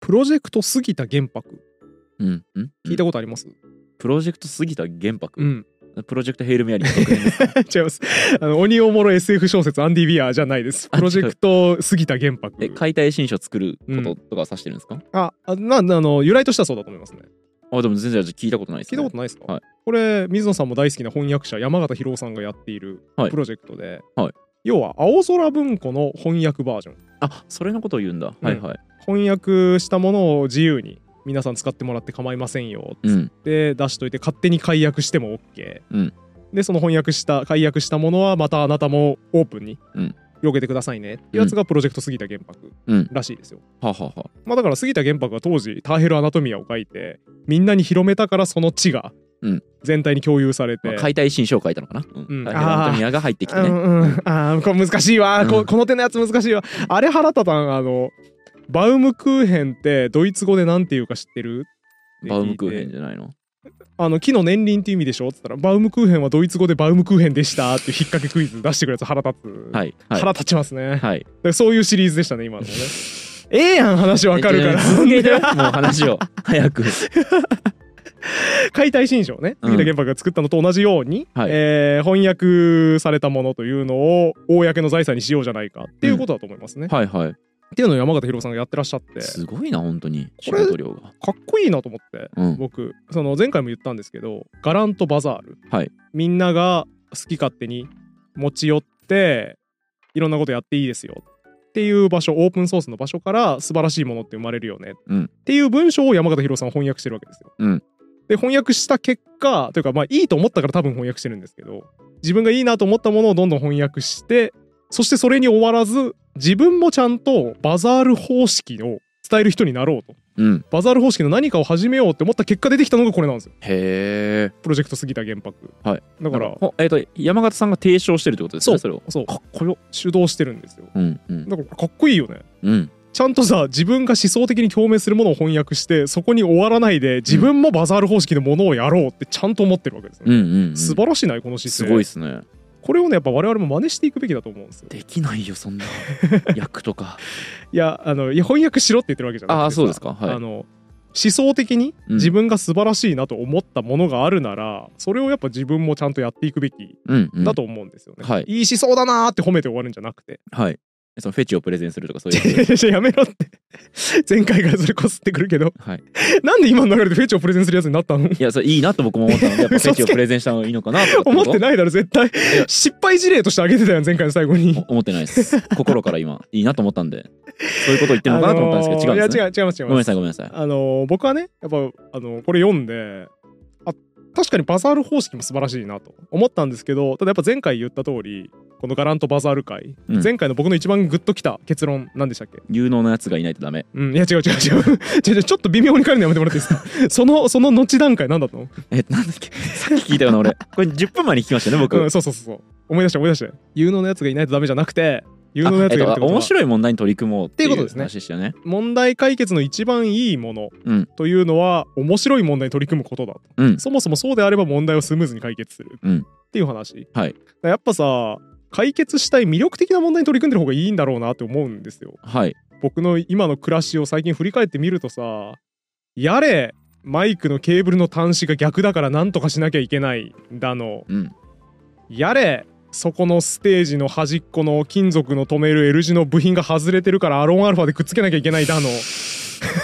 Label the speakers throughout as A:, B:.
A: プロジェクト杉田玄白
B: うん。うん
A: 聞いたことあります
B: プロジェクト過ぎた玄白。
A: うん
B: プロジェクトヘイルメアリーの続編ですか
A: 違います。あの、鬼おもろ SF 小説、アンディ・ビアーじゃないです。
B: あ
A: プロジェクト杉田玄白。
B: え、解体新書作ることとかは指してるんですか、
A: あ、あな、なあの、由来としてはそうだと思いますね。
B: あ、でも全然聞いたことないです、
A: 聞いた
B: ね。
A: ことないですか、
B: はい
A: これ、水野さんも大好きな翻訳者、山形博夫さんがやっている
B: はい
A: プロジェクトで、
B: はい
A: 要は、青空文庫の翻訳バージョン。
B: あ、それのことを言うんだ。
A: うん
B: はいはい。
A: 翻訳したものを自由に皆さん使ってもらって構いませんよ
B: う
A: つっ
B: ん。
A: て出しといて勝手に解約しても OK、
B: うん
A: でその翻訳した解約したものはまたあなたもオープンに
B: うん
A: 広げてくださいねっていうやつがプロジェクト杉田玄白
B: うん。
A: らしいですよ、
B: はあはあはあ。
A: まあだから杉田玄白は当時「ターヘル・アナトミア」を書いてみんなに広めたからその地が
B: うん
A: 全体に共有されて、
B: まあ、解体新書を書いたのかな。う
A: うん
B: ん。アトミアが入ってきて
A: う
B: ね。
A: んうん、あーこれ難しいわ、
B: うん
A: ここの手のやつ難しいわあれ原田さんあのバウムクーヘンってドイツ語でなんて言うか知ってるって聞いて
B: バウムクーヘンじゃないの。
A: あの木の年輪っていう意味でしょっつったらバウムクーヘンはドイツ語でバウムクーヘンでしたっていう引っ掛けクイズ出してくるやつ腹立つ、
B: はい。はい。
A: 腹立ちますね、だか
B: はい。
A: らそういうシリーズでしたね今のもねええやん話わかるか
B: え 続けてよ
A: ら
B: もう話を。早 く。
A: 解体新書をね
B: うん
A: 杉田玄白が作ったのと同じように、
B: はい
A: えー翻訳されたものというのを公の財産にしようじゃないかっていうことだと思いますね、
B: はいはい。
A: っていうのを山形博夫さんがやってらっしゃって
B: すごいな、本当に。仕
A: これ
B: 事量が。
A: かっこいいなと思って
B: うん。
A: 僕その前回も言ったんですけどガラントバザール、
B: はい
A: みんなが好き勝手に持ち寄っていろんなことやっていいですよっていう場所オープンソースの場所から素晴らしいものって生まれるよね、
B: うん
A: っていう文章を山形博さんは翻訳してるわけですよ。
B: うん
A: で翻訳した結果というかまあいいと思ったから多分翻訳してるんですけど自分がいいなと思ったものをどんどん翻訳してそしてそれに終わらず自分もちゃんとバザール方式を伝える人になろうと。
B: うん。
A: バザール方式の何かを始めようって思った結果出てきたのがこれなんですよ
B: へえ。
A: プロジェクト杉田玄白
B: はい
A: だから
B: ほえっ、と、山形さんが提唱してるってことですね、
A: う
B: それを。
A: そう
B: かっこよ。
A: 主導してるんですよ
B: うんうん。
A: だからかっこいいよね
B: うん。
A: ちゃんとさ自分が思想的に共鳴するものを翻訳してそこに終わらないで自分もバザール方式のものをやろうってちゃんと思ってるわけですよ
B: う
A: ね、
B: んうん、うん。
A: 素晴らしいないこの姿
B: す
A: 勢
B: ごいですね。
A: これをねやっぱ我々も真似していくべきだと思うんですよ
B: できないよ、そ んな。役とか。
A: いやあのいや翻訳しろって言ってるわけじゃなくてさ
B: ああ、そうですか。はい
A: あ。の思想的に
B: うん
A: 自分が素晴らしいなと思ったものがあるなら、それをやっぱ自分もちゃんとやっていくべき
B: うん、うん。
A: だと思うんですよね。
B: はい
A: い、い思想だなーって褒めて終わるんじゃなくて。
B: はい。そのフェチをプレゼンするとかそういう やつ。
A: いややめろって。前回からそれこすってくるけど、
B: はい。
A: なんで今の流れでフェチをプレゼンするやつになったの
B: いや、それいいなと僕も思ったので、やっぱフェチをプレゼンした方がいいのかなと
A: 思って
B: い
A: ないだろ、絶対
B: や。
A: 失敗事例として挙げてたやん、前回の最後に。
B: 思ってないです。心から今、いいなと思ったんで、そういうこと言ってるのかなと思ったんですけど、違うんです、
A: あのーいや、
B: ね。
A: 違う、違います、違い
B: ごめん
A: ま
B: な
A: す。
B: さい、ごめんなさい。
A: あのー僕はね、やっぱ、あのーこれ読んで、あ、確かにバザール方式も素晴らしいなと思ったんですけど、ただやっぱ前回言った通り、このガラントバザール会、
B: うん
A: 前回の僕の一番グッときた結論、何でしたっけ
B: 有能なやつがいないとダメ。
A: うん、いや違う違う違う 違う違うちょっと微妙に変えるのやめてもらっていいですか そのその後段階なんだったの
B: え、なんだっけ、さっき聞いたような俺。 これ10分前に聞きましたよね、僕。
A: うんそうそうそうそう思い出した思い出した有能なやつがいないとダメじゃなくて有能なやつがいるって
B: あえっと
A: ことは
B: 面白い問題に取り組もうっていう
A: っていうことですね
B: 話でしたよね。
A: 問題解決の一番いいもの
B: うん
A: というのは、面白い問題に取り組むことだと
B: うん。
A: そもそもそうであれば問題をスムーズに解決する、
B: うん
A: っていう話、
B: はい
A: だからやっぱさ解決したい魅力的な問題に取り組んでる方がいいんだろうなって思うんですよ
B: はい。
A: 僕の今の暮らしを最近振り返ってみるとさやれマイクのケーブルの端子が逆だからなんとかしなきゃいけないだの
B: うん。
A: やれそこのステージの端っこの金属の止める L 字の部品が外れてるからアロンアルファでくっつけなきゃいけないだの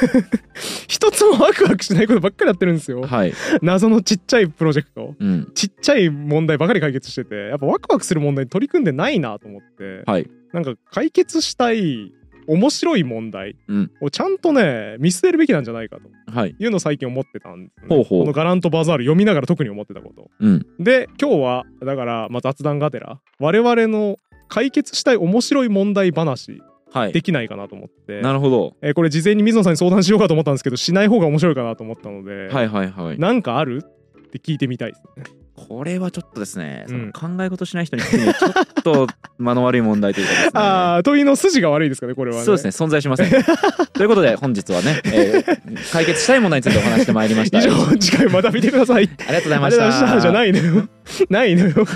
A: 一つもワクワクしないことばっかりやってるんですよ
B: はい。
A: 謎のちっちゃいプロジェクト
B: うん。
A: ちっちゃい問題ばかり解決しててやっぱワクワクする問題に取り組んでないなと思って
B: はい。
A: なんか解決したい面白い問題
B: うん
A: をちゃんとね見据えるべきなんじゃないかと
B: はい。
A: いうのを最近思ってたんです、ね、
B: ほうほう
A: この「ガラントバザール」読みながら特に思ってたこと
B: うん。
A: で今日はだから、まあ、雑談がてら我々の解決したい面白い問題話
B: はい
A: で。きないかなと思って、
B: なるほど。
A: えーこれ事前に水野さんに相談しようかと思ったんですけどしない方が面白いかなと思ったので、
B: はいはいはい。
A: なんかあるって聞いてみたいですね。
B: これはちょっとですね、
A: うん
B: その考え事しない人に聞くにはちょっと間の悪い問題というかですね。
A: ああ問いの筋が悪いですかねこれはね。
B: そうですね、存在しません。 ということで、本日はね、えー解決したい問題についてお話してまいりました。
A: 以
B: ありがとう
A: 上次回また見てください。
B: ござい
A: あ
B: ま
A: れ
B: し
A: だ
B: た。
A: したじゃないのよ ないのよ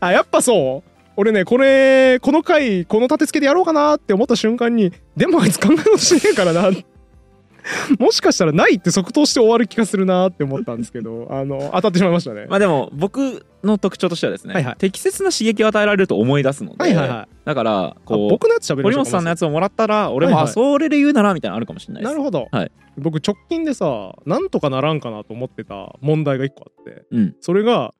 A: あやっぱそう俺ねこれこの回この立て付けでやろうかなって思った瞬間にでもあいつ考え事しねえからなもしかしたらないって即答して終わる気がするなって思ったんですけどあの当たってしまいましたね。
B: まあでも僕の特徴としてはですね、
A: はいはい
B: 適切な刺激を与えられると思い出すので、
A: はいはいはい。あ
B: だからこう
A: 僕のやつ喋りま
B: 堀
A: しょう
B: 本
A: か
B: さんのやつをもらったら俺も、
A: はいはい
B: あそれで言うならみたいなのあるかもしれないです
A: なるほど、
B: はい
A: 僕直近でさなんとかならんかなと思ってた問題が一個あって、
B: うん
A: それが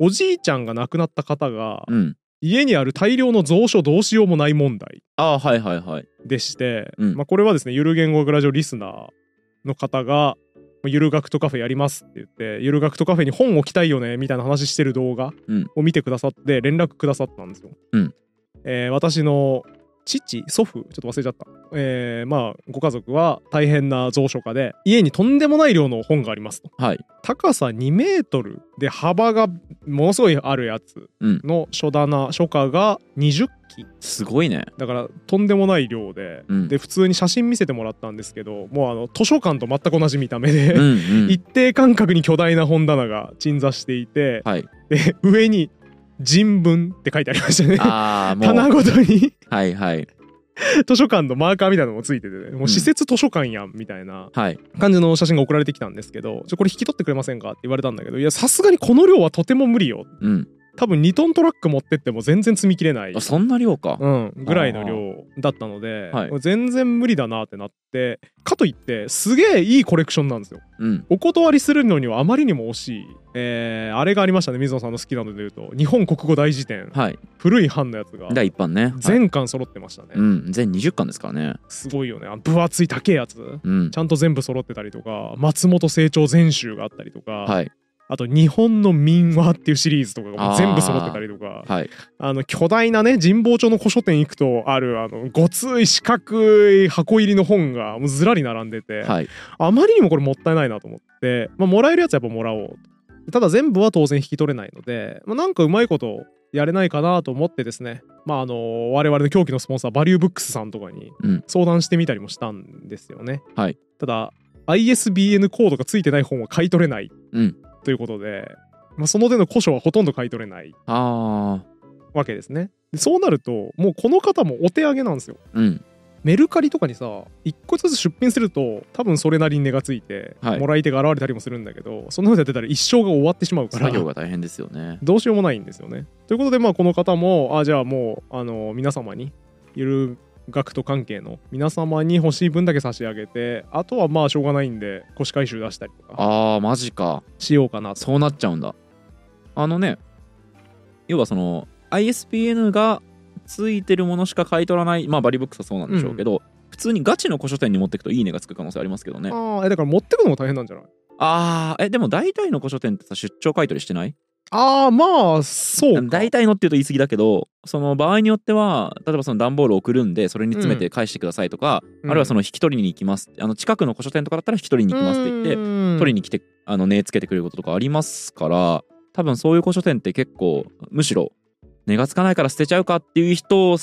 A: おじいちゃんが亡くなった方が、
B: うん
A: 家にある大量の蔵書どうしようもない問題
B: ああはいはいはい
A: でして、
B: うん
A: まあ、これはですねゆる言語グラジオリスナーの方が「ゆる学徒カフェやります」って言って「ゆる学徒カフェに本置きたいよね」みたいな話してる動画
B: うん
A: を見てくださって連絡くださったんですよ。
B: うん
A: えー私の父祖父ちょっと忘れちゃった、えーまあご家族は大変な蔵書家で家にとんでもない量の本がありますと。
B: はい
A: 高さ2メートルで幅がものすごいあるやつの書棚、書家が20基
B: すごいね
A: だからとんでもない量で、
B: うん
A: で普通に写真見せてもらったんですけどもうあの図書館と全く同じ見た目で、
B: うんうん
A: 一定間隔に巨大な本棚が鎮座していて、
B: はい
A: で上に「人文」って書いてありましたね。
B: ああもう
A: 棚ごとに
B: はいはい
A: 図書館のマーカーみたいなのもついててね、もう施設図書館やんみたいな
B: はい
A: 感じの写真が送られてきたんですけど「ちょこれ引き取ってくれませんか?」って言われたんだけど「いやさすがにこの量はとても無理よ
B: うん
A: 多分2トントラック持ってっても全然積みきれない
B: あそんな量か
A: うん、ぐらいの量だったので、
B: はい
A: もう全然無理だなってなってかといってすげえいいコレクションなんですよ
B: うん
A: お断りするのにはあまりにも惜しい、えーあれがありましたね水野さんの好きなので言うと「日本国語大辞典
B: はい」
A: 古い版のやつが
B: 第一版ねはい
A: 全巻揃ってましたね、
B: うん全20巻ですからね
A: すごいよねあの分厚い高いやつ
B: うん
A: ちゃんと全部揃ってたりとか松本清張全集があったりとか、
B: はい
A: あと「日本の民話」っていうシリーズとかがもう全部揃ってたりとか
B: はい
A: あの巨大なね神保町の古書店行くとあるあのごつい四角い箱入りの本がもうずらり並んでて、
B: はい
A: あまりにもこれもったいないなと思って、まあ、もらえるやつはやっぱもらおうただ全部は当然引き取れないので、まあ、なんかうまいことやれないかなと思ってですねまああの我々の狂気のスポンサーバリューブックスさんとかに
B: うん
A: 相談してみたりもしたんですよね、
B: はい
A: ただ ISBN コードがついてない本は買い取れない、
B: うん
A: ということで、まあ、その手の古書はほとんど買い取れない
B: ああ
A: わけですねでそうなるともうこの方もお手上げなんですよ
B: うん
A: メルカリとかにさ一個ずつ出品すると多分それなりに値がついて、
B: はい
A: もらい手が現れたりもするんだけどそんなことやってたら一生が終わってしまうから
B: 作業が大変ですよね
A: どうしようもないんですよねということでまあこの方もあじゃあもうあの皆様にゆる学徒関係の皆様に欲しい分だけ差し上げてあとはまあしょうがないんで腰回収出したりとか
B: ああマジか
A: しようかなと
B: そうなっちゃうんだあのね要はその ISPN がついてるものしか買い取らないまあバリブックスはそうなんでしょうけど、普通にガチの古書店に持ってくといいねがつく可能性ありますけどね
A: ああえだから持ってくのも大変なんじゃない
B: あーえでも大体の古書店ってさ出張買い取りしてない
A: ああまあそうか
B: 大体のっていうと言い過ぎだけどその場合によっては例えばその段ボールを送るんでそれに詰めて返してくださいとか、
A: うん
B: あるいはその引き取りに行きますあの近くの古書店とかだったら引き取りに行きますって言って取りに来てあの値つけてくれることとかありますから多分そういう古書店って結構むしろ値がつかないから捨てちゃうかっていう人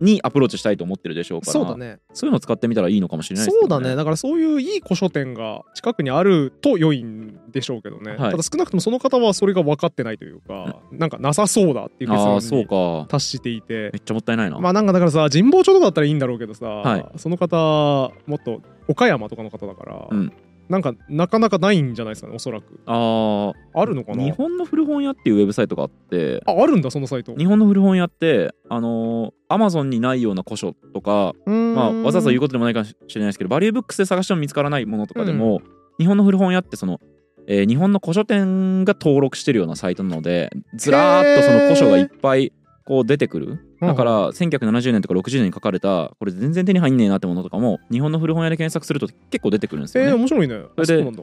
B: にアプローチしたいと思ってるでしょうから
A: そうだね
B: そういうのを使ってみたらいいのかもしれないです
A: そ
B: け
A: うだ
B: ど、
A: ねだからそういういい古書店が近くにあると良いんでしょうけどね、
B: はい
A: ただ少なくともその方はそれが分かってないというか、なんかなさそうだっていう結
B: ああそ
A: 論
B: う
A: に
B: か
A: 達していて
B: めっちゃもったいないな、
A: まあなんかだからさ神保町とかだったらいいんだろうけどさ、
B: はい
A: その方もっと岡山とかの方だから、
B: うん
A: なんかなかなかないんじゃないですかねおそらく
B: あー
A: あるのかな
B: 日本の古本屋っていうウェブサイトがあって
A: ああるんだそのサイト
B: 日本の古本屋ってあのー Amazon にないような古書とか、まあ、わざわざ言う
A: こ
B: ことでもないかもしれないですけどバリューブックスで探しても見つからないものとかでも、日本の古本屋ってその、えー日本の古書店が登録してるようなサイトなのでずらーっとその古書がいっぱいこう出てくるだからら1970年とか60年に書かれたこれ全然手に入んねえなってものとかも日本の古本屋で検索すると結構出てくるんですよ
A: えー、
B: ね。
A: 面白いね
B: それで
A: うなんだ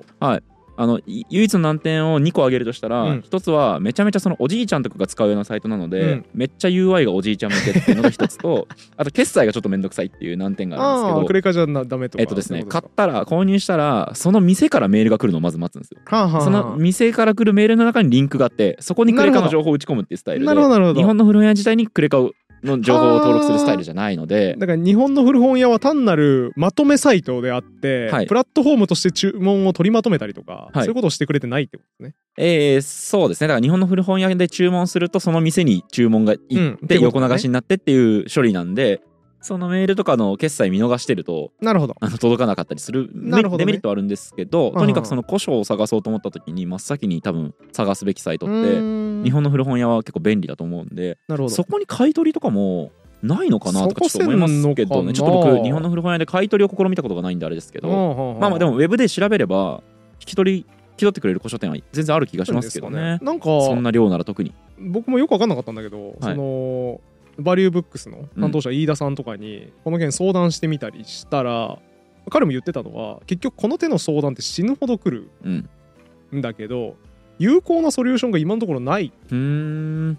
B: あのい唯一の難点を2個挙げるとしたら、
A: うん
B: 1つはめちゃめちゃそのおじいちゃんとかが使うようなサイトなので、
A: うん
B: めっちゃ UI がおじいちゃん向けっていうのが1つと あと決済がちょっとめんどくさいっていう難点があるんですけ
A: あ
B: ど
A: あクレカじゃなダメとか
B: えっとですね、
A: そういうこ
B: 買
A: と
B: ったら、購入したら、その店からメールが来るのをまず待つんですよ。
A: ですかはあはあはあ
B: その店から来るメールの中にリンクがあって、そこにクレカの情報を打ち込むっていうスタイルで、
A: なるほどなるほど
B: 日本の古本屋自体にクレカの情報を登録するスタイルじゃないので、
A: だから日本の古本屋は単なるまとめサイトであって、
B: はい
A: プラットフォームとして注文を取りまとめたりとか、
B: は
A: そう
B: い
A: いうことをしてくれてないってことね。
B: えーそうですね、だから日本の古本屋で注文すると、その店に注文が
A: うん
B: 行
A: っ
B: ってて、
A: ことね
B: 横流しになってっていう処理なんで、そのメールとかの決済見逃してると
A: なるほど。
B: あの届かなかったりするメ
A: なるほどね
B: デメリットはあるんですけ
A: う
B: ど
A: んうん
B: とにかくその古書を探そうと思った時に真っ先に多分探すべきサイト
A: う
B: って
A: ーん
B: 日本の古本屋は結構便利だと思うんで
A: なるほど。
B: そこに買い取りとかもないのかなとかちょっと思いますけどねち
A: そ
B: ょっ
A: ことせんのかな
B: 僕日本の古本屋で買い取りを試みたことがないんであれですけ
A: う
B: ど
A: んうんうん
B: まあまあでもウェブで調べれば引き取り引き取ってくれる古書店は全然ある気がしますけどね
A: なんか
B: そんな量なら特に
A: 僕もよく分かんなかったんだけど、そのバリューブックスの担当者飯田さんとかにこの件相談してみたりしたら、彼も言ってたのは結局この手の相談って死ぬほど来
B: うん
A: るんだけど有効なソリューションが今のところないう
B: ーん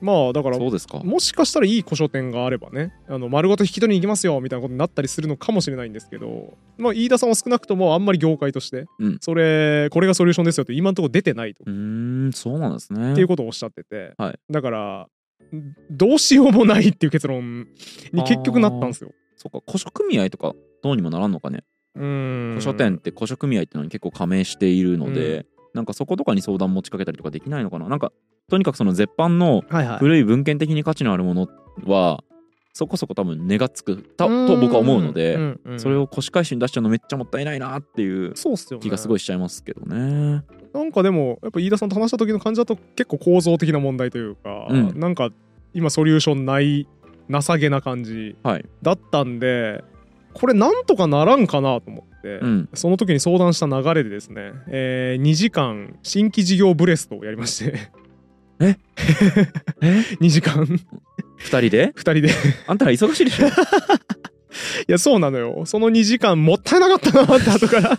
A: まあだから
B: そうですか
A: もしかしたらいい古書店があればねあの丸ごと引き取りに行きますよみたいなことになったりするのかもしれないんですけど、まあ、飯田さんは少なくともあんまり業界として、
B: うん
A: それこれがソリューションですよって今のところ出てないと
B: うーんそうなんですね
A: っていうことをおっしゃってて、
B: はい
A: だからんどうしようもないっていう結論に結局なったんですよ。
B: そっか古書組合とかどうにもならんのかね
A: うーん
B: 古書店って古書組合ってのに結構加盟しているので、
A: う
B: なんかそことかに相談持ちかけたりとかできないのかななんかとにかくその絶版の
A: はいはい、
B: 古い文献的に価値のあるものはそこそこ多分値がつくた
A: うーん
B: と僕は思うので、
A: うんうん
B: それを腰返しに出しちゃうのめっちゃもったいないなっていう
A: そうっすよ、ね、
B: 気がすごいしちゃいますけどね。
A: なんかでもやっぱ飯田さんと話した時の感じだと結構構造的な問題というか、
B: うん
A: なんか今ソリューションない情けな感じ
B: はい
A: だったんでこれなんとかならんかなと思って、
B: うん、
A: その時に相談した流れでですね、え2時間新規事業ブレストをやりまして
B: え
A: 2時間2
B: 2人で
A: 人でい
B: あんたら忙しいでしょ
A: やそうなのよその2時間もったいなかったなって後から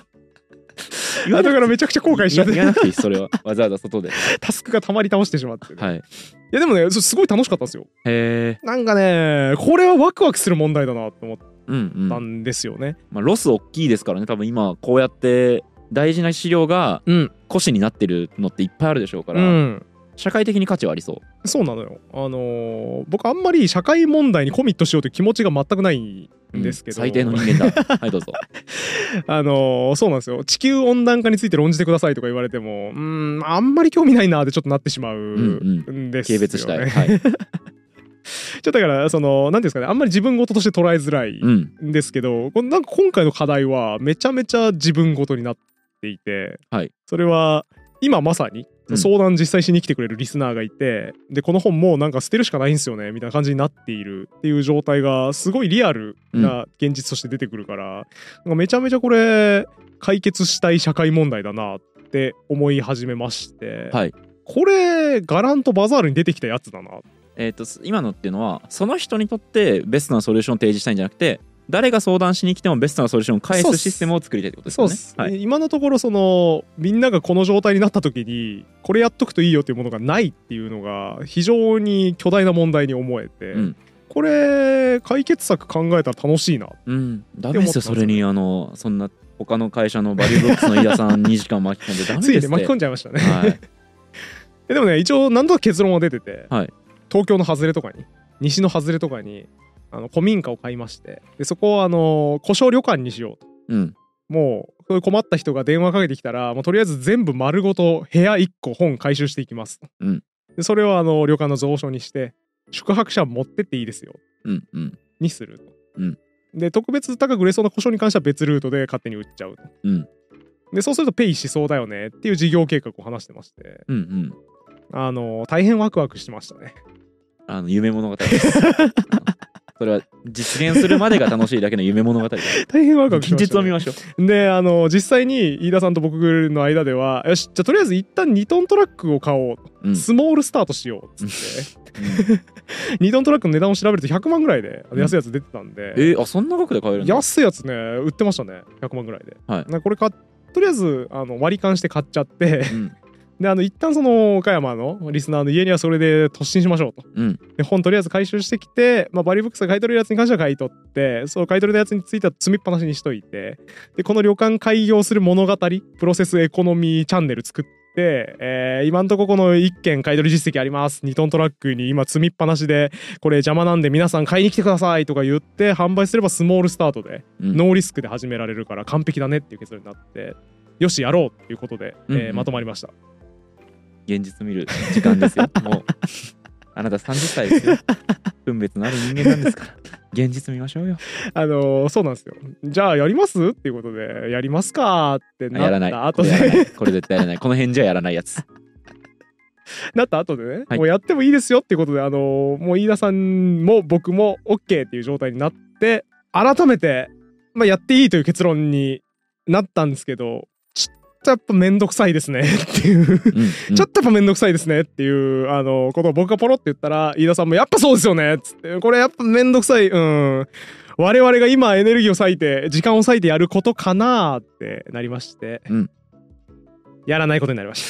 B: 言わ
A: 後
B: なく
A: からめちゃくちゃ後悔しちゃっ
B: 言わな
A: て
B: くていいそれはわざわざ外で。
A: タスクがたまり倒してしまって、い、
B: はい、へ
A: やでもねそすごい楽しかったんですよ
B: え
A: なんかねこれはワクワクする問題だなと思っ
B: うんうん
A: たんですよね、
B: まあ、ロス大きいですからね多分今こうやって大事な資料が
A: うん
B: 古紙になってるのっていっぱいあるでしょうか
A: う
B: ら、
A: ん、
B: 社会的に価値はありそう
A: そうなのよ。あのー僕あんまり社会問題にコミットしようという気持ちが全くないん
B: うん
A: ですけど、
B: 最低の人間だはいどうぞ
A: あのーそうなんですよ。地球温暖化について論じてくださいとか言われても、うーん、あんまり興味ないなーってちょっとなってしまう
B: うん
A: んです
B: 軽
A: よ、ね
B: 蔑したい、は
A: ちょ
B: い、
A: っとだから、その、なんていうんですかね、あんまり自分事として捉えづらい
B: うん
A: んですけど、このなんか今回の課題はめちゃめちゃ自分事になっていて、
B: はい
A: それは今まさに
B: うん
A: 相談実際しに来てくれるリスナーがいて、でこの本もうなんか捨てるしかないんですよねみたいな感じになっているっていう状態がすごいリアルな現実として出てくるから、なんかめちゃめちゃこれ解決したい社会問題だなって思い始めまして、
B: はい
A: これガランとバザールに出てきたやつだな
B: えっ、とす今のっていうのはその人にとってベストなソリューションを提示したいんじゃなくて誰が相談しに来てもベストなソリューションを返
A: そうっ
B: す
A: す
B: システムを作りたいってことです
A: そう
B: よ
A: っ
B: ね
A: す、
B: はい、
A: 今のところそのみんながこの状態になった時にこれやっとくといいよっていうものがないっていうのが非常に巨大な問題に思えて、
B: うん
A: これ解決策考えたら楽しいな
B: うんダ
A: って思っ
B: メですよ
A: たんですよ
B: それにあのそんな他の会社のバリューブックスの飯田さん2時間巻き込んでダメです
A: つ
B: っ
A: い
B: て
A: ね巻き込んじゃいましたね、
B: はい、
A: でもね一応何とか結論は出てて、
B: はい
A: 東京の外れとかに西の外れとかにあの古民家を買いましてでそこをあの故障旅館にしようと
B: うん
A: もうそういう困った人が電話かけてきたらもうとりあえず全部丸ごと部屋1個本回収していきますと、
B: うん
A: でそれをあの旅館の蔵書にして宿泊者持ってっていいですよ
B: うんうん
A: にすると、
B: うん
A: で特別高く売れそうな故障に関しては別ルートで勝手に売っちゃうと、
B: うん
A: でそうするとペイしそうだよねっていう事業計画を話してまして
B: うんうん
A: あの大変ワクワクしてましたね
B: あの夢物語です。それは実現するまでが楽しいだけの夢物語です。
A: 大変ワクワクしま
B: 現
A: した、
B: 実を見
A: ね。
B: ましょう。
A: であの実際に飯田さんと僕の間ではよしじゃあとりあえず一旦2トントラックを買おう、
B: うんうん
A: スモールスタートしようっつ って2トントラックの値段を調べると100万ぐらいで
B: うん
A: 安いやつ出てたんで、
B: えーあそんな額で買えるんだ。
A: 安いやつね売ってましたね100万ぐらいで、
B: はい
A: なこれ買っとりあえずあの割り勘して買っちゃって
B: うん
A: であの一旦その岡山のリスナーの家にはそれで突進しましょうと
B: うん
A: で本とりあえず回収してきて、まあ、バリブックスが買い取れるやつに関しては買い取ってそう買い取れたやつについては積みっぱなしにしといてでこの旅館開業する物語プロセスエコノミーチャンネル作って、えー今んとここの1件買い取り実績あります2トントラックに今積みっぱなしでこれ邪魔なんで皆さん買いに来てくださいとか言って販売すればスモールスタートで
B: うん
A: ノーリスクで始められるから完璧だねっていう結論になってよしやろうっていうことで、えー
B: うんうん
A: まとまりました。
B: 現実見る時間ですよ。もうあなた30歳ですよ分別のある人間なんですから現実見ましょうよ
A: あのーそうなんですよじゃあやりますっていうことでやりますかって
B: あ
A: な
B: やら
A: っ
B: ない
A: た
B: こ
A: 後
B: れやら
A: で
B: ないこれ絶対やらないこの辺じゃやらないやつ
A: なった後でね、
B: はい
A: もうやってもいいですよっていうことであのーもう飯田さんも僕も OK っていう状態になって改めて、まあ、やっていいという結論になったんですけどちょっとやっぱめんどくさいですねっていう
B: うんうん
A: ちょっとやっぱめんどくさいですねっていうあのことを僕がポロって言ったら飯田さんも「やっぱそうですよね」っつって「これやっぱめんどくさいうん我々が今エネルギーを割いて時間を割いてやることかな」ってなりまして、
B: うん
A: やらないことになりまし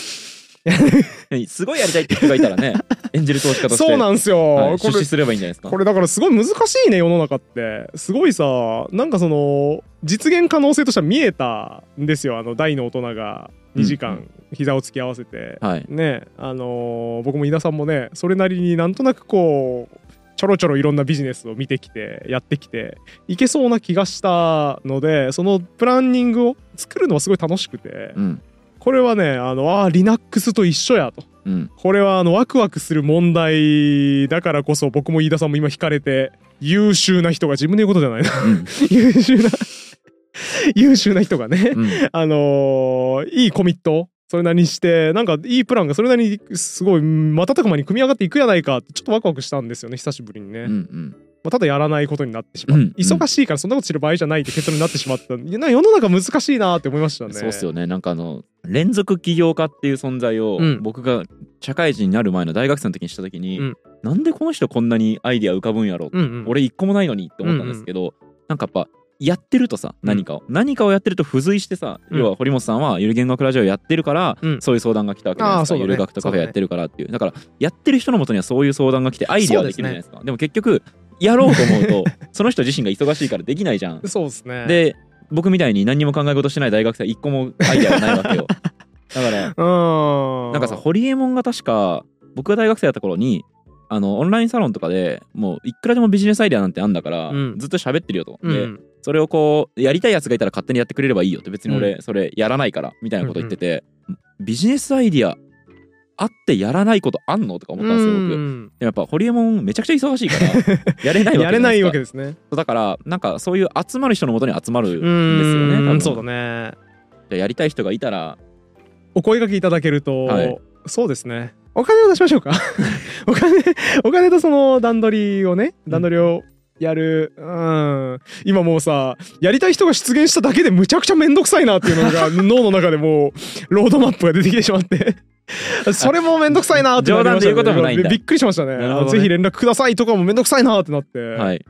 B: すごいやりたいって人がいたらね演じる投資家
A: た
B: として
A: そうなんですよ、
B: はい
A: こ
B: 出資
A: れ
B: すればいいんじゃないですか
A: これだからすごい難しいね世の中ってすごいさなんかその実現可能性としては見えたんですよあの大の大人が2時
B: うんう
A: 間膝を突き合わせて
B: はい
A: ねあのー僕も井田さんもねそれなりになんとなくこうちょろちょろいろんなビジネスを見てきてやってきていけそうな気がしたのでそのプランニングを作るのはすごい楽しくて
B: うん
A: これはねあのあーリナックスと一緒やと
B: うん
A: これはあのワクワクする問題だからこそ僕も飯田さんも今惹かれて優秀な人が自分で言うことじゃないな
B: うん
A: 優秀な優秀な人がね
B: うん
A: あのーいいコミットそれなりにしてなんかいいプランがそれなりにすごい瞬く間に組み上がっていくやないかってちょっとワクワクしたんですよね久しぶりにね、
B: う んうん
A: まあ、ただやらないことになってしまう、
B: うんうん
A: 忙しいからそんなことしてる場合じゃないって結論になってしま ったいやな世の中難しいなって思いましたね
B: そうっすよねなんかあの連続起業家っていう存在を
A: うん
B: 僕が社会人になる前の大学生の時にした時に、
A: うん
B: なんでこの人こんなにアイディア浮かぶんやろ、
A: うんうん
B: 俺一個もないのにって思ったんですけど、なんかやっぱやってるとさ何かを、何かをやってると付随してさ、
A: うん
B: 要は堀本さんはゆる言学ラジオやってるから、
A: うん
B: そういう相談が来たわけじゃないですか、
A: あーそうだ
B: ゆ
A: ね
B: る学とカフェやってるからっていうだからやってる人のもとにはそういう相談が来てアイディアはできるじゃないですかでも結局やろうと思うと その人自身が忙しいからできないじゃん
A: そうですね
B: で僕みたいに何にも考え事してない大学生は一個もアイデアがないわ けよだから
A: うーん
B: なんかさホリエモンが確か僕が大学生だった頃にあのオンラインサロンとかでもういくらでもビジネスアイデアなんてあんだから、
A: うん
B: ずっと喋ってるよと、
A: うん
B: でそれをこうやりたいやつがいたら勝手にやってくれればいいよって別に俺それやらないからみたいなこと言ってて、ビジネスアイディアあってやらないことあんのとか思ったんですよ、僕
A: う
B: でも
A: ん
B: やっぱホリエモンめちゃくちゃ忙しいから やれないわけじゃないですか
A: やれないわけですね
B: だからなんかそういう集まる人のもとに集まるん
A: う
B: ですよね多
A: ーん
B: 分
A: そうだね
B: じゃあやりたい人がいたら
A: お声掛けいただけると、
B: はい
A: そうですねお金を出しま しょうかお金お金とその段取りをね段取りをやるうん今もうさやりたい人が出現しただけでむちゃくちゃめんどくさいなっていうの が脳の中でもうロードマップが出てきてしまってそれもめんどくさいなってなりましたね
B: 冗談で言うこともないんだ
A: びっくりしましたね
B: なるほどね
A: ぜひ連絡くださいとかもめんどくさいなってなって、
B: はい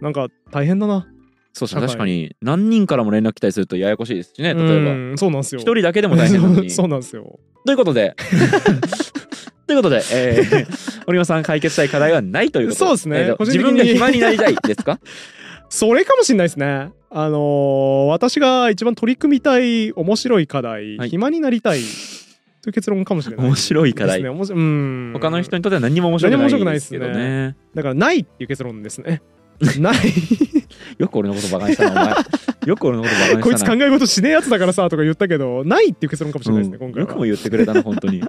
A: なんか大変だな
B: そうです
A: 社会
B: ね確かに何人からも連絡来たりするとややこしいですしね例えば
A: うんそうなんですよ
B: 一人だけでも大変なの に
A: そう
B: と
A: なんですよ
B: いうこ とでということで、えー、 堀間さん解決したい課題はないということ
A: そうですね
B: えーと
A: 個人
B: 自
A: 的に
B: 分が暇になりたいですか
A: それかもしれないですね。あのー私が一番取り組みたい面白い課題、
B: はい
A: 暇になりたいという結論かもしれない、
B: 面白い課
A: です
B: 題
A: ね。面白い うん。
B: 他の人にとっては何も面白
A: 何も面白
B: く
A: く
B: な
A: ないいで
B: で
A: すす
B: け
A: ね
B: どね
A: だからないっていう結論です ね。ない。
B: よく俺のことバカにしたな お前よく俺のことバカにしたな
A: こいつ考え事しねえやつだからさとか言ったけど、ないっていう結論かもしれないですね。
B: う
A: 今
B: ん
A: 回
B: よ
A: は。
B: くも言ってくれたな本当 に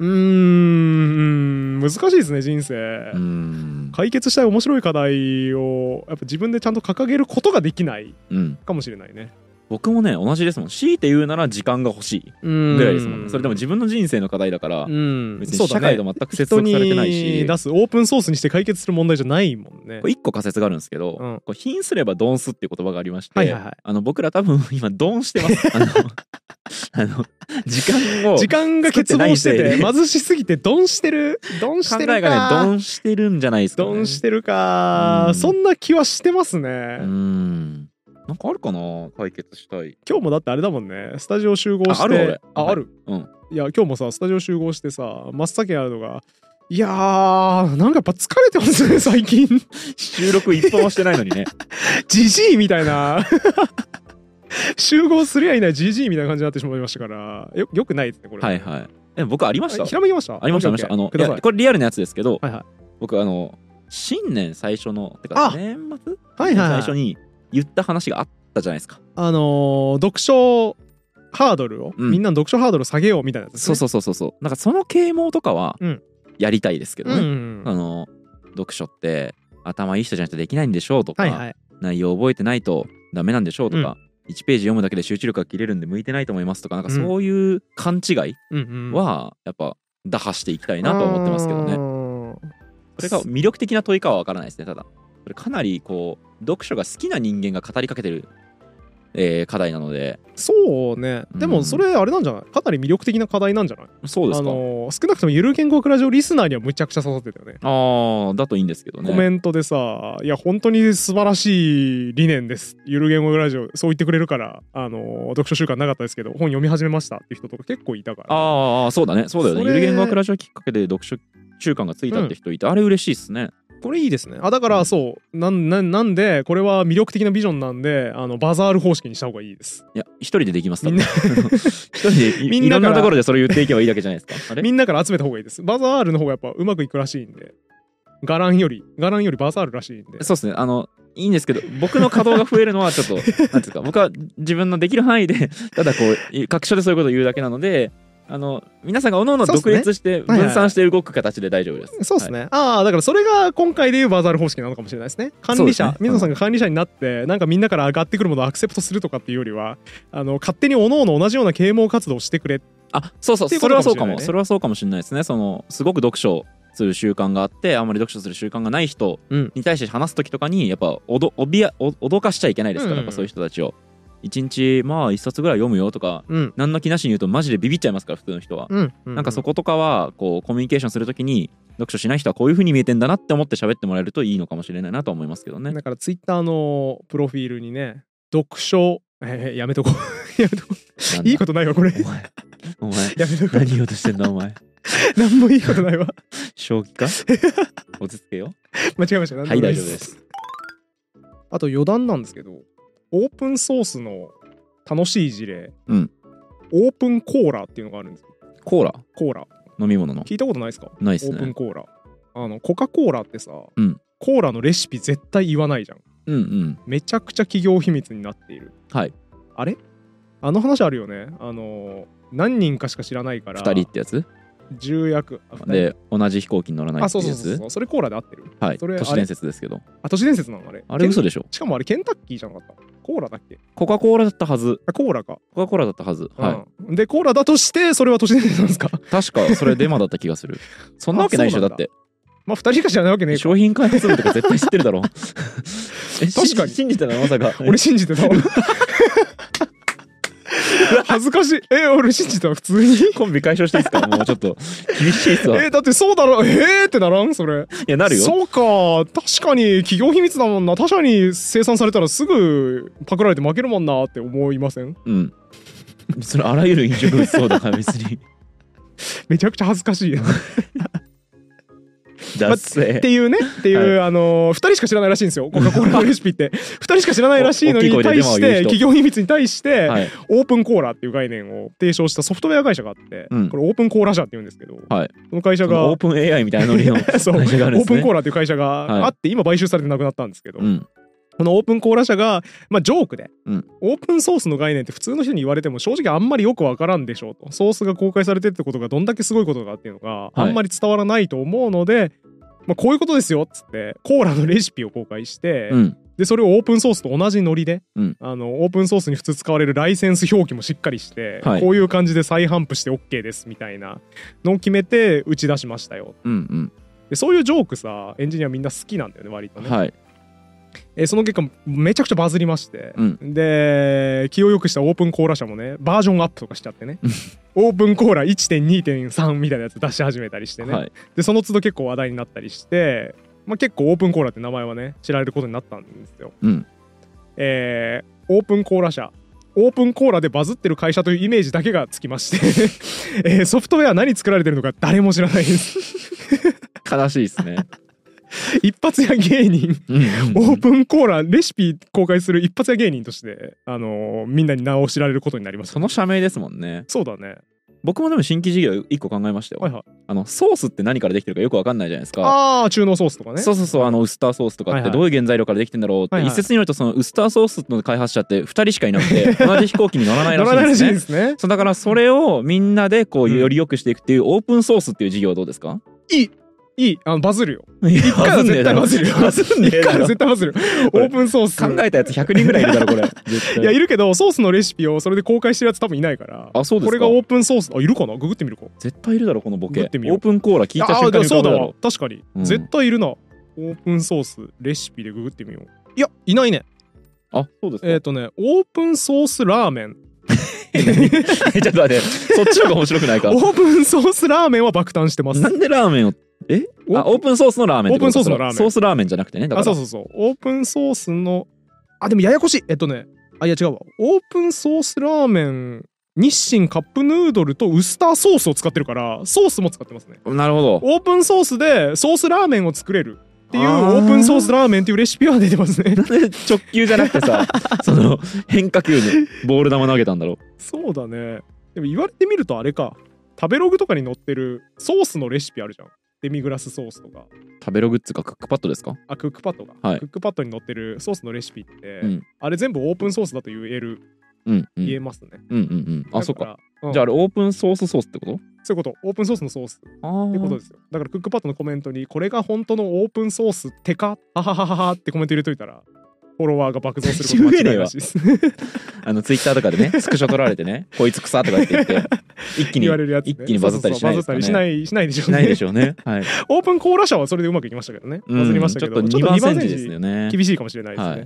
A: うーん難しいですね人生。
B: うん
A: 解決したい面白い課題をやっぱ自分でちゃんと掲げることができない
B: うん
A: かもしれないね。
B: 僕もね同じですもん強いて言うなら時間が欲しい
A: ぐ
B: ぐらいですもんねそれでも自分の人生の課題だから、
A: うん、
B: 別
A: そう
B: に
A: だ
B: 社
A: ね
B: 会と全く接
A: 人
B: 続
A: に
B: されてないし、
A: 出すオープンソースにして解決する問題じゃないもんね
B: これ。一個仮説があるんですけど、
A: うん
B: こう貧すればドンスっていう言葉がありまして、
A: はいはいはい
B: あの僕ら多分 今ドンし てます。あのあの時間を
A: 時間が欠乏して
B: 作って
A: て
B: な
A: 貧しすぎてドンしてるドンし
B: 考
A: て
B: え
A: る
B: がねド
A: か
B: ンしてるんじゃないですか、ね。
A: ドンしてるか
B: うん
A: そんな気はしてます
B: う
A: ね
B: ーん。なんかあるかな解決したい。
A: 今日もだってあれだもんねスタジオ集合して
B: あある俺
A: あある
B: うん。
A: いや今日もさスタジオ集合してさ真っ先にあるのがいやーなんかやっぱ疲れてますね最近
B: 収録一本もしてないのにね。
A: ジジイみたいな 集合すりゃいないジジイみたいな感じになってしまいましたからよよくないですねこれ
B: はいはい。え僕ありました
A: あ。ひらめきました
B: ありましたありまし
A: オ
B: た。
A: ッケー
B: あの
A: オッケーくだ
B: い
A: さい
B: やこれリアルなやつですけど、
A: はいはい
B: 僕あの新年最初のてか
A: あ
B: 年末
A: はいはい、はい、
B: 最初に言った話があったじゃないですか。
A: あのー読書ハードルを、
B: うん
A: みんなの読書ハードルを下げようみたいなやつです
B: そう
A: ね、
B: そうそうそうそうなんかその啓蒙とかは、
A: うん
B: やりたいですけど
A: うんう
B: ね、
A: ん
B: あの読書って頭いい人じゃないとできないんでしょうとか、
A: はいはい
B: 内容覚えてないとダメなんでしょうとか、1ページ読むだけで集中力が切れるんで向いてないと思いますとかなんか
A: うん
B: そういう勘違い
A: うんうん
B: はやっぱ打破していきたいなとは思ってますけどね。
A: ね
B: それが魅力的な問いかは分からないですねただそれかなりこう読書が好きな人間が語りかけてる、えー課題なので
A: そうねで
B: う
A: も
B: ん
A: それあれなんじゃないかなり魅力的な課題なんじゃない
B: そうです
A: あ
B: か
A: の少なくともゆる言語クラジオリスナーにはむちゃくちゃ刺さってたよね
B: あーだといいんですけどね
A: コメントでさ「いや本当に素晴らしい理念です」「ゆる言語ラジオ」そう言ってくれるからあの読書習慣なかったですけど本読み始めましたって人とか結構いたから
B: ああそうだねそうだよね
A: そ
B: ゆ
A: れ
B: る言語学ラジオきっかけで読書習慣がついたって人いて、あれ嬉しいっすね
A: これいいですねあだからそうなんなんなんでこれは魅力的なビジョンなんであのバザール方式にした方がいいです
B: いや一人でできます多
A: みん
B: 分
A: な
B: 一人でい
A: みんないから
B: ろんなところでそれ言っていけばいいだけじゃないですかあれ
A: みんなから集めた方がいいですバザールの方がやっぱうまくいくらしいんでガランよりガランよりバザールらしいんで
B: そうですねあのいいんですけど僕の稼働が増えるのはち ょっとなんていうんですか僕は自分のできる範囲で ただこう各所でそういうことを言うだけなのであの皆さんがおのの
A: そうっす
B: 独
A: ね
B: 立して
A: はいはい
B: 分散して動く形で大丈夫です。
A: そうです
B: はい
A: ね、ああだからそれが今回でいうバザール方式なのかもしれないですね管理
B: そ
A: 者
B: うですね
A: 水野さんが管理者になってなんかみんなから上がってくるものをアクセプトするとかっていうよりはあの勝手におのおの同じような啓蒙活動をしてくれ
B: あそうそ
A: っ
B: う
A: ていうこ
B: そ
A: と
B: れ
A: かも
B: は
A: しれないね
B: そうかもそれはそうかもしれないですねそのすごく読書する習慣があってあんまり読書する習慣がない人
A: うん
B: に対して話す時とかにやっぱおどおびやお脅かしちゃいけないですから、
A: うん
B: やっぱそういう人たちを一日まあ一冊ぐらい読むよとか
A: うん、
B: 何の気なしに言うとマジでビビっちゃいますから普通の人は。
A: うん
B: なんかそことかはこうコミュニケーションするときに読書しない人はこういう風に見えてんだなって思って喋ってもらえるといいのかもしれないなとは思いますけどね。
A: だからツイッターのプロフィールにね読書えーやめとこうやめとこ
B: なん
A: う
B: だ
A: いいことないわこれ
B: お前お前
A: やめ とこ
B: 何言おうとしてんだお前
A: うなんもいいことないわ
B: 正気か落ち着けよ。
A: 間違えました
B: はい大丈夫です
A: あと余談なんですけどオープンソースの楽しい事例、
B: うん
A: オープンコーラっていうのがあるんですよ
B: コーラ
A: コーラ
B: 飲み物の
A: 聞いたことないですか
B: ないっ
A: オ
B: す
A: ープン
B: ね。
A: コーラあのコカ・コーラってさ、
B: うん
A: コーラのレシピ絶対言わないじゃん
B: うんうん。
A: めちゃくちゃ企業秘密になっている
B: はい
A: あれあの話あるよねあの何人かしか知らないから
B: 二人ってやつ
A: 重役あ二人
B: で同じ飛行機に乗らない
A: あ
B: って
A: そう
B: いう
A: そう
B: や
A: そうそ
B: つ
A: うそれコーラで合ってる
B: はい
A: それ
B: 都市伝説ですけど
A: あ都市伝説なのあれ
B: あれ
A: ケン
B: 嘘でしょ
A: しかもあれケンタッキーじゃなかったコーラだっけ
B: コカ・コーラだったはず
A: あコーラか、
B: コカ・コーラだったはずは
A: うんでコーラだとしてそれは都市伝説なんですか
B: い確かそれデマだった気 がするそんなわけないでしょ
A: あそうな
B: だっ
A: んだ
B: て
A: まあ二人しか知らないわけねえか
B: 商品開発部とか絶対知ってる だろえ
A: 確かに
B: 信じ信じたらまさか
A: 俺信 じてた恥ずかしいえ俺信じてた普通に
B: コンビ解消していいですかもうちょっと厳しいっすわ。い
A: えだってそうだろえーってならんそれ
B: や、なるよ。
A: そうか確かに企業秘密だもんな他社に生産されたらすぐパクられて負けるもんなって思いません
B: うん。それあらゆる飲食物そうだから別 に。
A: めちゃくちゃ恥ずかしいっ
B: だっせ
A: ていうねっていう、あのー、2人しか知らないらしいんですよコカ・コーラ のレシピって2人しか知らないらしいのに
B: お大きい声で
A: 対
B: デマ
A: し
B: を言う
A: て
B: 人
A: 企業秘密に対して、
B: はい。
A: オープンコーラっていう概念を提唱したソフトウェア会社があって、
B: うん
A: これオープンコーラ社って言うんですけど、
B: はい
A: その会社
B: その
A: が
B: オープン AI みたいなノリの
A: そう
B: 会社があるん
A: オー
B: です
A: プンコー
B: ね。
A: ラっていう会社があって、今買収されてなくなったんですけど、
B: うん。
A: このオープンコーラ社が、まあ、ジョークで、
B: うん
A: オープンソースの概念って普通の人に言われても正直あんまりよくわからんでしょうとソースが公開されてるってことがどんだけすごいことかっていうのが
B: い
A: あんまり伝わらないと思うので、まあ、こういうことですよっつってコーラのレシピを公開して、
B: うん。
A: でそれをオープンソースと同じノリで、
B: うん
A: あのオープンソースに普通使われるライセンス表記もしっかりして、
B: はい
A: こういう感じで再頒布して OK ですみたいなのを決めて打ち出しましたよ
B: うん。
A: でそういうジョークさエンジニアみんな好きなんだよね割と
B: う
A: ね
B: ん。。はい。
A: えーその結果めちゃくちゃバズりまして、
B: うん
A: で気を良くしたオープンコーラ社もねバージョンアップとかしちゃってねオープンコーラ1.2.3みたいなやつ出し始めたりしてね、
B: はい。
A: でその都度結構話題になったりして、まあ、結構オープンコーラって名前はね知られることになったんですよ、
B: うん
A: えーオープンコーラ社オープンコーラでバズってる会社というイメージだけがつきまして、 えーソフトウェア何作られてるのか誰も知らないです
B: 悲しいですね。
A: 一発屋芸人
B: うん
A: オープンコーラレシピ公開する一発屋芸人として、あのーみんなに名を知られることになりました
B: その社名ですもんね。
A: そうだね
B: 僕もでも新規事業一個考えました
A: はい
B: よ。
A: はい
B: あの、ソースって何からできてるかよくわかんないじゃないですか。
A: ああー中濃ソースとかね
B: そうそうそうあのウスターソースとか
A: は
B: っ
A: いは
B: て
A: い
B: どういう原材料からできてんだろうって、
A: はいはい
B: 一説によるとそのウスターソースの開発者って2人しかいなくて同じ飛行機に乗らない
A: 乗
B: らし
A: ら
B: いん
A: ないら
B: で
A: し
B: す
A: い
B: ね
A: ですね
B: そうだからそれをみんなでこう
A: うん
B: より良くしていくっていうオープンソースっていう事業はどうですか
A: いいいいあのバズるよ
B: 一
A: 回は絶対バズるよ
B: バズんね
A: 一
B: えだ
A: 回は
B: ろ
A: 絶対バズるオ
B: これ
A: ープンソース
B: 考えたやつ100人ぐらいいるだろこれ絶対
A: いやいるけどソースのレシピをそれで公開してるやつ多分いないから
B: あそうで
A: こ
B: すか
A: れがオープンソースあいるかなググってみるか
B: 絶対いるだろこのボケ
A: 食
B: オ
A: ってみよう
B: ープンコーラ聞いた
A: あー
B: 瞬
A: で
B: 間
A: も
B: に
A: そうだ
B: 浮かぶ
A: わ
B: ろ
A: 確かに、
B: うん
A: 絶対いるなオープンソースレシピでググってみよういやいないね
B: あそうですか
A: えっ、とねオープンソースラーメン
B: ちょっと待ってそっちの方が面白くないか
A: オープンソースラーメンは爆誕してます
B: なんでラーメンをえ
A: オー
B: あオープンソースのラーメンってこと
A: オープンソースのラーメン
B: ソースラーメンじゃなくてねだか
A: あ
B: ら
A: そうそうそうオープンソースのあでもややこしいえっとねあいや違うわオープンソースラーメン日清カップヌードルとウスターソースを使ってるからソースも使ってますね
B: なるほど
A: オープンソースでソースラーメンを作れるっていうオ
B: あー
A: ープンソースラーメンっていうレシピは出てますね
B: なんで直球じゃなくてさその変化球にボール球投げたんだろ
A: そうだねでも言われてみるとあれか食べログとかに載ってるソースのレシピあるじゃんデミグラスソースとか
B: 食べログっつうかクックパッドですか
A: あクックパッドが、
B: はい
A: クックパッドに載ってるソースのレシピって、
B: うん
A: あれ全部オープンソースだと言える、
B: うんうん
A: 言えますね
B: うんうんうんあそっ
A: だ
B: か
A: う
B: ら
A: ん
B: じゃああれオープンソースソースってこと
A: そういうことオープンソースのソースって
B: ああ
A: ことですよだからクックパッドのコメントにこれが本当のオープンソースてかはははははってコメント入れといたらフォロワーが爆増すること間違いらしいです
B: あのツイッターとかで ねスクショ取られてねこいつ草とか言って言って一気に
A: 言われるやつ、ね、
B: 一気にバズったりしないですか
A: そ
B: ね
A: うそうそうバズったりしないしないでしょ
B: し
A: うね
B: ないでしょうねはい
A: オープンコーラ社はそれでうまくいきましたけどねバズりましたけど、
B: うんちょっと2番煎じです
A: ね
B: よね
A: 厳しいかもしれないですね、
B: はい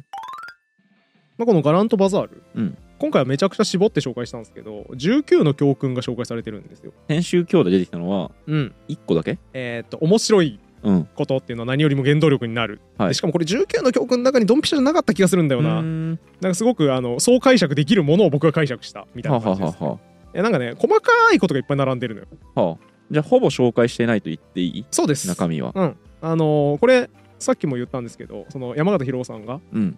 A: まあ、このガラントバザール、
B: うん
A: 今回はめちゃくちゃ絞って紹介したんですけど19の教訓が紹介されてるんですよ、
B: 先週今日で出てきたのは
A: うん、
B: 1個だけ
A: えーっと面白い
B: うん
A: ことっていうのは何よりも原動力になる、
B: はい
A: でしかもこれ19の教訓の中にドンピシャじゃなかった気がするんだよな、
B: うーん
A: なんかすごくあのそう解釈できるものを僕が解釈したみたい
B: はあ
A: な
B: は
A: 感
B: あ
A: じで
B: は
A: す
B: あは
A: えなんかね細かいことがいっぱい並んでるのよ
B: あはあじゃあほぼ紹介してないと言っていい
A: そうです
B: 中身は
A: うんあのーこれさっきも言ったんですけどその山形博夫さんが
B: うん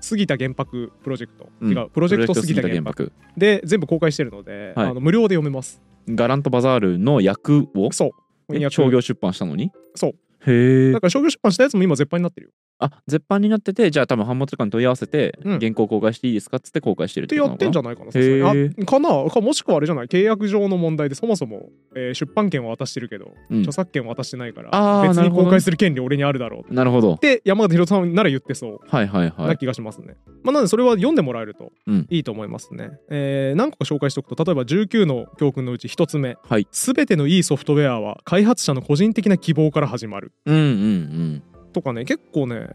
A: 杉田原爆プロジェクト、
B: うん
A: 違うプロジェクト杉田
B: プロ
A: 原
B: ジェク
A: 爆
B: ト杉田原
A: で全部公開してるので、
B: はい
A: あの無料で読めます
B: 爆ガラントバザールの役を
A: そう翻
B: え
A: 訳
B: 商業出版したのに
A: そう
B: へえ
A: だから商業出版したやつも今絶版になってるよ
B: あ絶版になっててじゃあ多分版元とかに問い合わせて
A: うん
B: 原稿公開していいですかっつって公開してる
A: っ
B: っ
A: て
B: て
A: や
B: こ
A: っ
B: と
A: てん
B: な
A: じ
B: の
A: ゃないかなさすがにあかなかもしくはあれじゃない契約上の問題でそもそも、えー出版権は渡してるけど、
B: うん
A: 著作権は渡してないか
B: あ
A: ら
B: ー
A: 別
B: なる
A: に
B: ほどね
A: 公開する権利俺にあるだろうっ
B: なるほど
A: て山形博さんなら言ってそう
B: はいはいは
A: ない気がしますね。まあ、なのでそれは読んでもらえると
B: うん
A: いいと思いますね。えー何個か紹介しておくと例えば19の教訓のうち1つ目
B: はい
A: すべてのいいソフトウェアは開発者の個人的な希望から始まる」
B: うんうん
A: とかね結構ね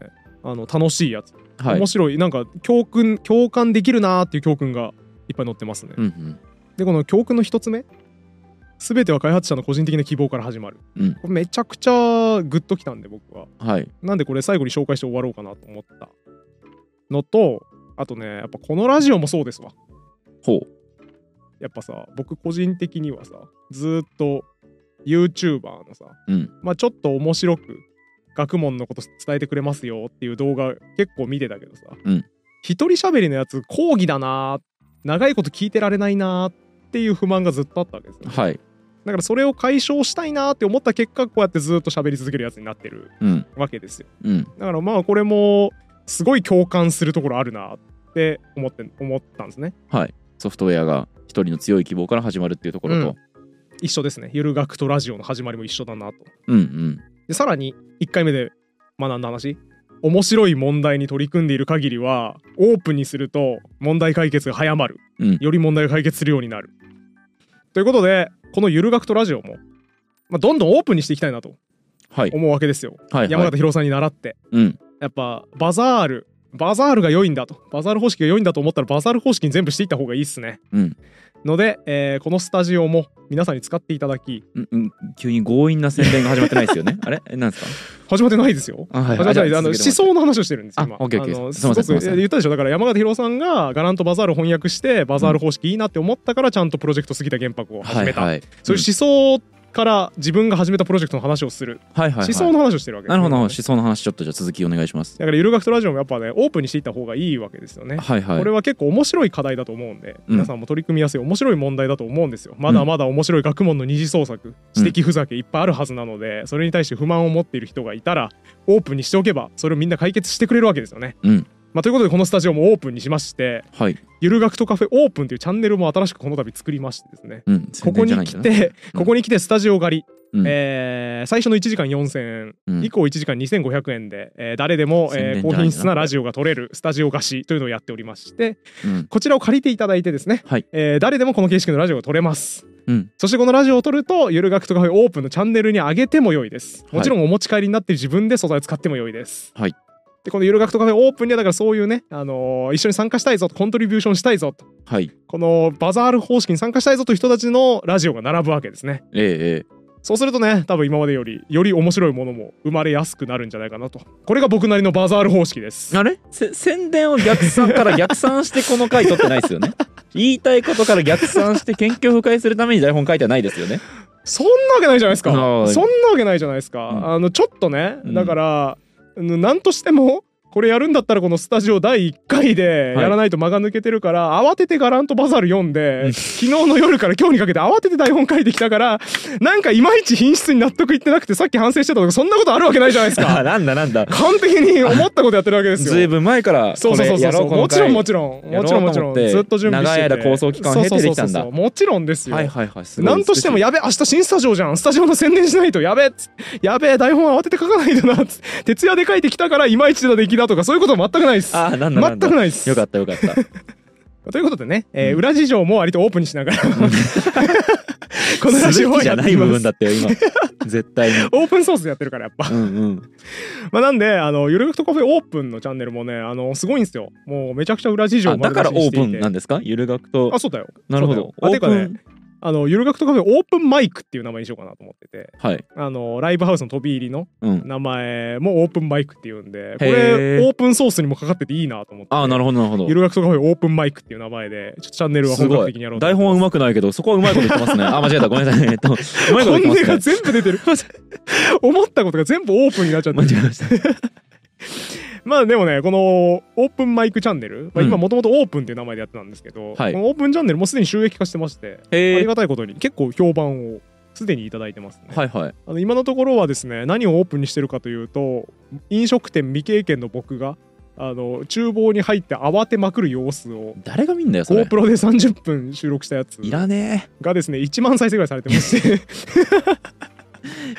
A: あの楽しいやつ、
B: うんはい
A: 面白いなんか教訓共感できるなーっていう教訓がいっぱい載ってますね。
B: うんうん
A: でこの教訓の1つ目すべては開発者の個人的な希望から始まる、
B: うん
A: これめちゃくちゃグッときたんで僕は
B: はい
A: なんでこれ最後に紹介して終わろうかなと思ったのとあとねやっぱこのラジオもそうですわ
B: ほう
A: やっぱさ僕個人的にはさずーっと YouTuber のさ、
B: うん
A: まあちょっと面白く学問のこと伝えてくれますよっていう動画結構見てたけどさ、
B: うん
A: 一人喋りのやつ講義だなー長いこと聞いてられないなーっていう不満がずっとあったわけですよ
B: はい
A: だからそれを解消したいなーって思った結果こうやってずーっと喋り続けるやつになってる
B: うん
A: わけですよ
B: うん
A: だからまあこれもすごい共感するところあるなって思って思ったんですね。
B: ソフトウェアが一人の強い希望から始まるっていうところと、
A: 一緒ですね。ゆる学とラジオの始まりも一緒だなと。
B: うん、うん
A: でさらに1回目で学んだ話面白い問題に取り組んでいる限りはオープンにすると問題解決が早まる、
B: うん
A: より問題が解決するようになる。ということでこのゆる学とラジオも、まあ、どんどんオープンにしていきたいなと
B: はい
A: 思うわけですよ。
B: はい
A: 山
B: はい
A: 形博さんに習って。
B: うん
A: やっぱバザールバザールが良いんだとバザール方式が良いんだと思ったらバザール方式に全部していった方がいいっすね
B: うん
A: ので、えーこのスタジオも皆さんに使っていただき
B: うんうん急に強引な宣伝が始まってないですよねあれえなんですか
A: 始まってないですよ
B: あはい
A: 始まってないあの
B: じゃ
A: 思
B: 続けても
A: 想の話をしてるんです今
B: あオッケーオッケー
A: あの
B: すいませ
A: ご
B: ん
A: く
B: すいません
A: 言ったでしょだから山形博さんがガラントバザールを翻訳してバザール方式いいなって思ったからちゃんとプロジェクト杉田玄白を
B: らって
A: 始めた、
B: はいはい
A: そういう思想から自分が始めたプロジェクトの話をする、
B: はいはいはい
A: 思想の話をしてるわけです
B: な
A: ね
B: るほどなるほど思想の話ちょっとじゃあ続きお願いします
A: だからゆる学とラジオもやっぱねオープンにしていった方がいいわけですよね
B: はいはい
A: これは結構面白い課題だと思うんで、
B: うん
A: 皆さんも取り組みやすい面白い問題だと思うんですよまだまだ面白い学問の二次創作知的ふざけいっぱいあるはずなので、それに対して不満を持っている人がいたらオープンにしておけばそれをみんな解決してくれるわけですよね、
B: うん
A: まあ、ということでこのスタジオもオープンにしまして
B: はい
A: ゆる学とカフェオープンというチャンネルも新しくこの度作りましてですね
B: うん
A: こ
B: 宣
A: こ
B: 伝
A: に
B: じゃないん
A: 来
B: だね
A: て、
B: うん
A: ここに来てスタジオ狩り、
B: うん
A: えー最初の1時間4000円、
B: うん
A: 以降1時間2500円で、えー誰でも、えー
B: 宣伝じゃ
A: 高
B: ないな
A: 品質なラジオが撮れるスタジオ貸しというのをやっておりまして
B: うん
A: こちらを借りていただいてですね、
B: はい
A: えー誰でもこの形式のラジオが撮れます。
B: うん
A: そしてこのラジオを撮るとゆる学とカフェオープンのチャンネルに上げても良いですもちろんお持ち帰りになって自分で素材を使っても良いです、
B: はい
A: でこのゆる学とカフェオープンにはだからそういうね、あのー一緒に参加したいぞとコントリビューションしたいぞと
B: はい
A: このバザール方式に参加したいぞという人たちのラジオが並ぶわけですね
B: ええええ
A: そうするとね多分今までよりより面白いものも生まれやすくなるんじゃないかなとこれが僕なりのバザール方式です
B: あれせ宣伝を逆算から逆算してこの回取ってないですよね 言いたいことから逆算して研究を深いするために台本書いてはないですよね
A: そんなわけないじゃないですかそんな
B: はい
A: わけないじゃないですか、
B: うん
A: あのちょっとね
B: うん
A: だから、うんなんとしてもこれやるんだったらこのスタジオ第1回で
B: はい
A: やらないと間が抜けてるから、慌ててガラントバザール読んで昨日の夜から今日にかけて慌てて台本書いてきたからなんかいまいち品質に納得いってなくてさっき反省してたとかそんなことあるわけないじゃないですか
B: あなんだなんだ
A: 完璧に思ったことやってるわけですよ
B: ずいぶん前から
A: そう
B: こ
A: そうそ
B: れ
A: うそ
B: や
A: う
B: ろうこの
A: もちろ
B: 回
A: んもちろんも
B: やろう
A: ち
B: と
A: ろん
B: 思
A: も
B: っ
A: ち
B: て
A: ろんずっと準備してて
B: 長い間構想期間を経てできた
A: そうそ
B: んだ
A: うそうそうもちろんですよ、
B: はいはいはいすごい
A: なんとしてもやべえ明日新スタジオじゃんスタジオの宣伝しないとやべえっつやべえ台本慌てて書かないとなっつ徹夜で書いてきたからいまいちだ出来だとかそういうこと全くないです
B: あーなんだな
A: 全
B: んだ
A: くないです
B: よかったよかった
A: ということでね、えー
B: うん
A: 裏事情も割とオープンにし ながらこのラ
B: す
A: ジ
B: べ
A: オを
B: きじ
A: や
B: ゃ
A: っ
B: な
A: て
B: い
A: い
B: 部
A: ま
B: 分
A: す
B: だったよ今絶対 に
A: オープンソースでやってるからやっぱ
B: うんうん
A: まあなんであのゆるくとカフェオープンのチャンネルもねあのすごいんですよもうめちゃくちゃ裏事情
B: あだからオ
A: 丸出しにし
B: ー
A: てい
B: プ
A: て
B: ンなんですかゆる学と
A: あそうだよ
B: なるほ
A: そう
B: ど
A: だよあてかね
B: オープン
A: あのゆる学とカフェオープンマイクっていう名前にしようかなと思ってて
B: はい
A: あのライブハウスの飛び入りの
B: うん
A: 名前もオープンマイクっていうんでこ
B: へ
A: れ
B: ー
A: オープンソースにもかかってていいなと思って
B: ああなるほどなるほど
A: ゆる学とカフェオープンマイクっていう名前でちょっとチャンネルは
B: す
A: 本格
B: ご
A: 的にやろう
B: い
A: と
B: 台本はうまくないけどそこはうまいこと言ってますねあ間違えたごめん なさいえっとうまいこと言って
A: 本音
B: ます
A: が
B: ね
A: 全部出てる 思ったことが全部オープンになっちゃって
B: 間違えました
A: まあでもねこのオープンマイクチャンネル、まあ、
B: うん
A: 今もともとオープンっていう名前でやってたんですけど、
B: はい
A: このオープンチャンネルもすでに収益化してまして、あ
B: へ
A: り
B: え
A: がたいことに結構評判をすでにいただいてますね、
B: はいはい
A: あの今のところはですね何をオープンにしてるかというと飲食店未経験の僕があの厨房に入って慌てまくる様子を
B: 誰が見んだよそれ
A: GoPro で30分収録したやつ
B: いらね
A: がですね1万再生ぐらいされてまして
B: え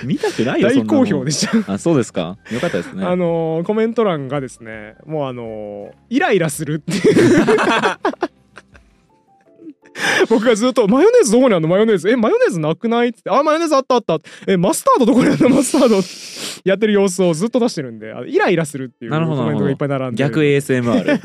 B: 見たくないよそんな
A: 大
B: の
A: 好評でした、
B: あそうですかよかったですね
A: あのコメント欄がですねもうあのイライラするっていう僕がずっと「マヨネーズどこにあんのマヨネーズえマヨネーズなくない?」っつって「あマヨネーズあったあった」えマスタードどこにあんのマスタード」 やってる様子をずっと出してるんであのイライラするっていうコ
B: なるほど
A: メントがいっぱい並んで
B: 逆 ASMR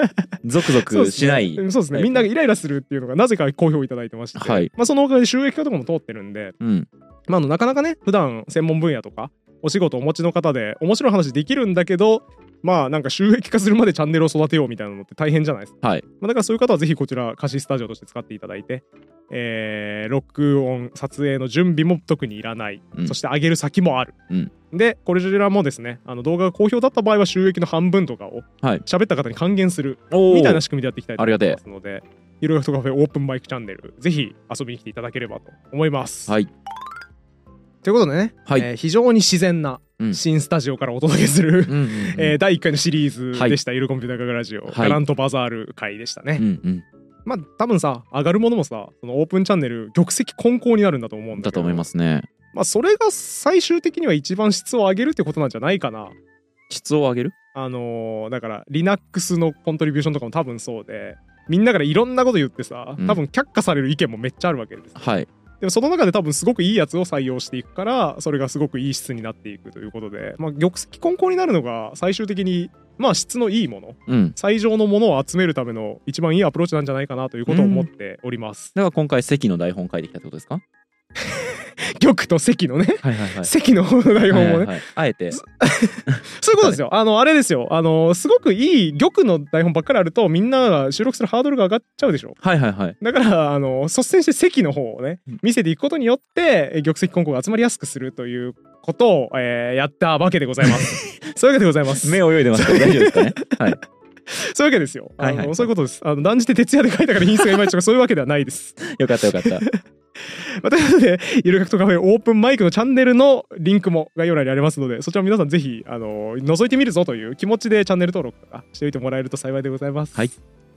B: ゾク
A: そう
B: ゾ
A: で
B: ク
A: すね
B: しない
A: うんそうですねみんながイライラするっていうのがなぜか好評いただいてまして、
B: はい
A: まあ、そのおかげで収益化とかも通ってるんで
B: うん
A: まあ、あのなかなかね普段専門分野とかお仕事お持ちの方で面白い話できるんだけどまあなんか収益化するまでチャンネルを育てようみたいなのって大変じゃないですか、
B: はい
A: まあ、だからそういう方はぜひこちら貸しスタジオとして使っていただいて、えー録音撮影の準備も特にいらない、
B: うん
A: そして上げる先もある、
B: うん
A: でこれらもですねあの動画が好評だった場合は収益の半分とかを
B: はい
A: 喋った方に還元する
B: おー
A: みたいな仕組みでやっていきたいと思
B: ありが
A: い
B: てえ
A: ますのでゆるがとカフェオープンマイクチャンネルぜひ遊びに来ていただければと思います。
B: はい
A: ということでね、
B: はい
A: えー非常に自然な
B: うん
A: 新スタジオからお届けする、
B: うんうんうん
A: えー第1回のシリーズでした、ゆるコンピューター科学ラジオ、
B: はい
A: ガラントバザール会でしたね。
B: うんうん
A: まあ多分さ上がるものもさそのオープンチャンネル玉石混交になるんだと思うんだ
B: だ
A: け
B: と
A: ど
B: 思いますね
A: まあそれが最終的には一番質を上げるってことなんじゃないかな。
B: 質を上げる
A: あのーだから Linux のコントリビューションとかも多分そうでみんなからいろんなこと言ってさ
B: うん
A: 多分却下される意見もめっちゃあるわけです。
B: はい
A: でもその中で多分すごくいいやつを採用していくからそれがすごくいい質になっていくということで、まあ、玉石混交になるのが最終的にまあ質のいいもの
B: うん
A: 最上のものを集めるための一番いいアプローチなんじゃないかなということを思っております。
B: だから今回席の台本書いてきたってことですか
A: 玉と石のね
B: はいはいは
A: 石の方の台本もね、
B: はいはいはいあえて
A: そういうことですよ。あの、あれですよ。あの、すごくいい玉の台本ばっかりあると、みんなが収録するハードルが上がっちゃうでしょ。
B: はいはいはい
A: だから、あの、率先して席の方をね
B: うん、
A: 見せていくことによって、え玉石混交が集まりやすくするということを、えーやったわけでござい ます。そういうわけでございます。
B: 目泳いでますけど大丈夫ですかね はい
A: そういうわけですよ。あの
B: はいはい
A: そういうことです。あの、断じて徹夜で書いたから品質がいまいちとか、そういうわけではないです。
B: よかったよかった
A: まあということで、ゆるかくとカフェオープンマイクのチャンネルのリンクも概要欄にありますので、そちらも皆さんぜひ、あの、覗いてみるぞという気持ちでチャンネル登録とかしておいてもらえると幸いでございます。
B: はい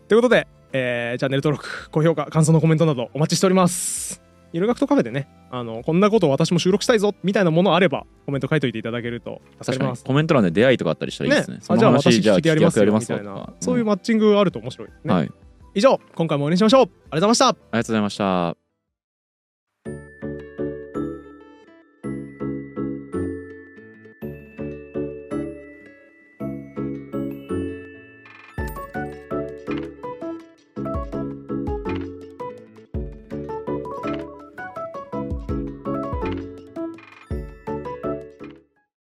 A: ということで、えーチャンネル登録、高評価、感想のコメントなどお待ちしております。ゆる学徒カフェでねあのこんなことを私も収録したいぞみたいなものあればコメント書いといていただけると助
B: 確
A: かり
B: か
A: ま
B: に
A: す
B: コメント欄で出会いとかあったりしたらいいですね。そ
A: あ
B: の
A: じゃあ
B: 話
A: 私
B: じゃあ
A: 聞
B: 聞
A: き
B: き
A: やり
B: 役
A: ます
B: や
A: よ
B: りま
A: み
B: す
A: た
B: よ
A: い
B: と
A: な、
B: か。
A: そういう
B: うん
A: マッチングあると面白いですね、
B: はい。あり
A: 以上今回も応援しましょうありがとうございました
B: がとうございました。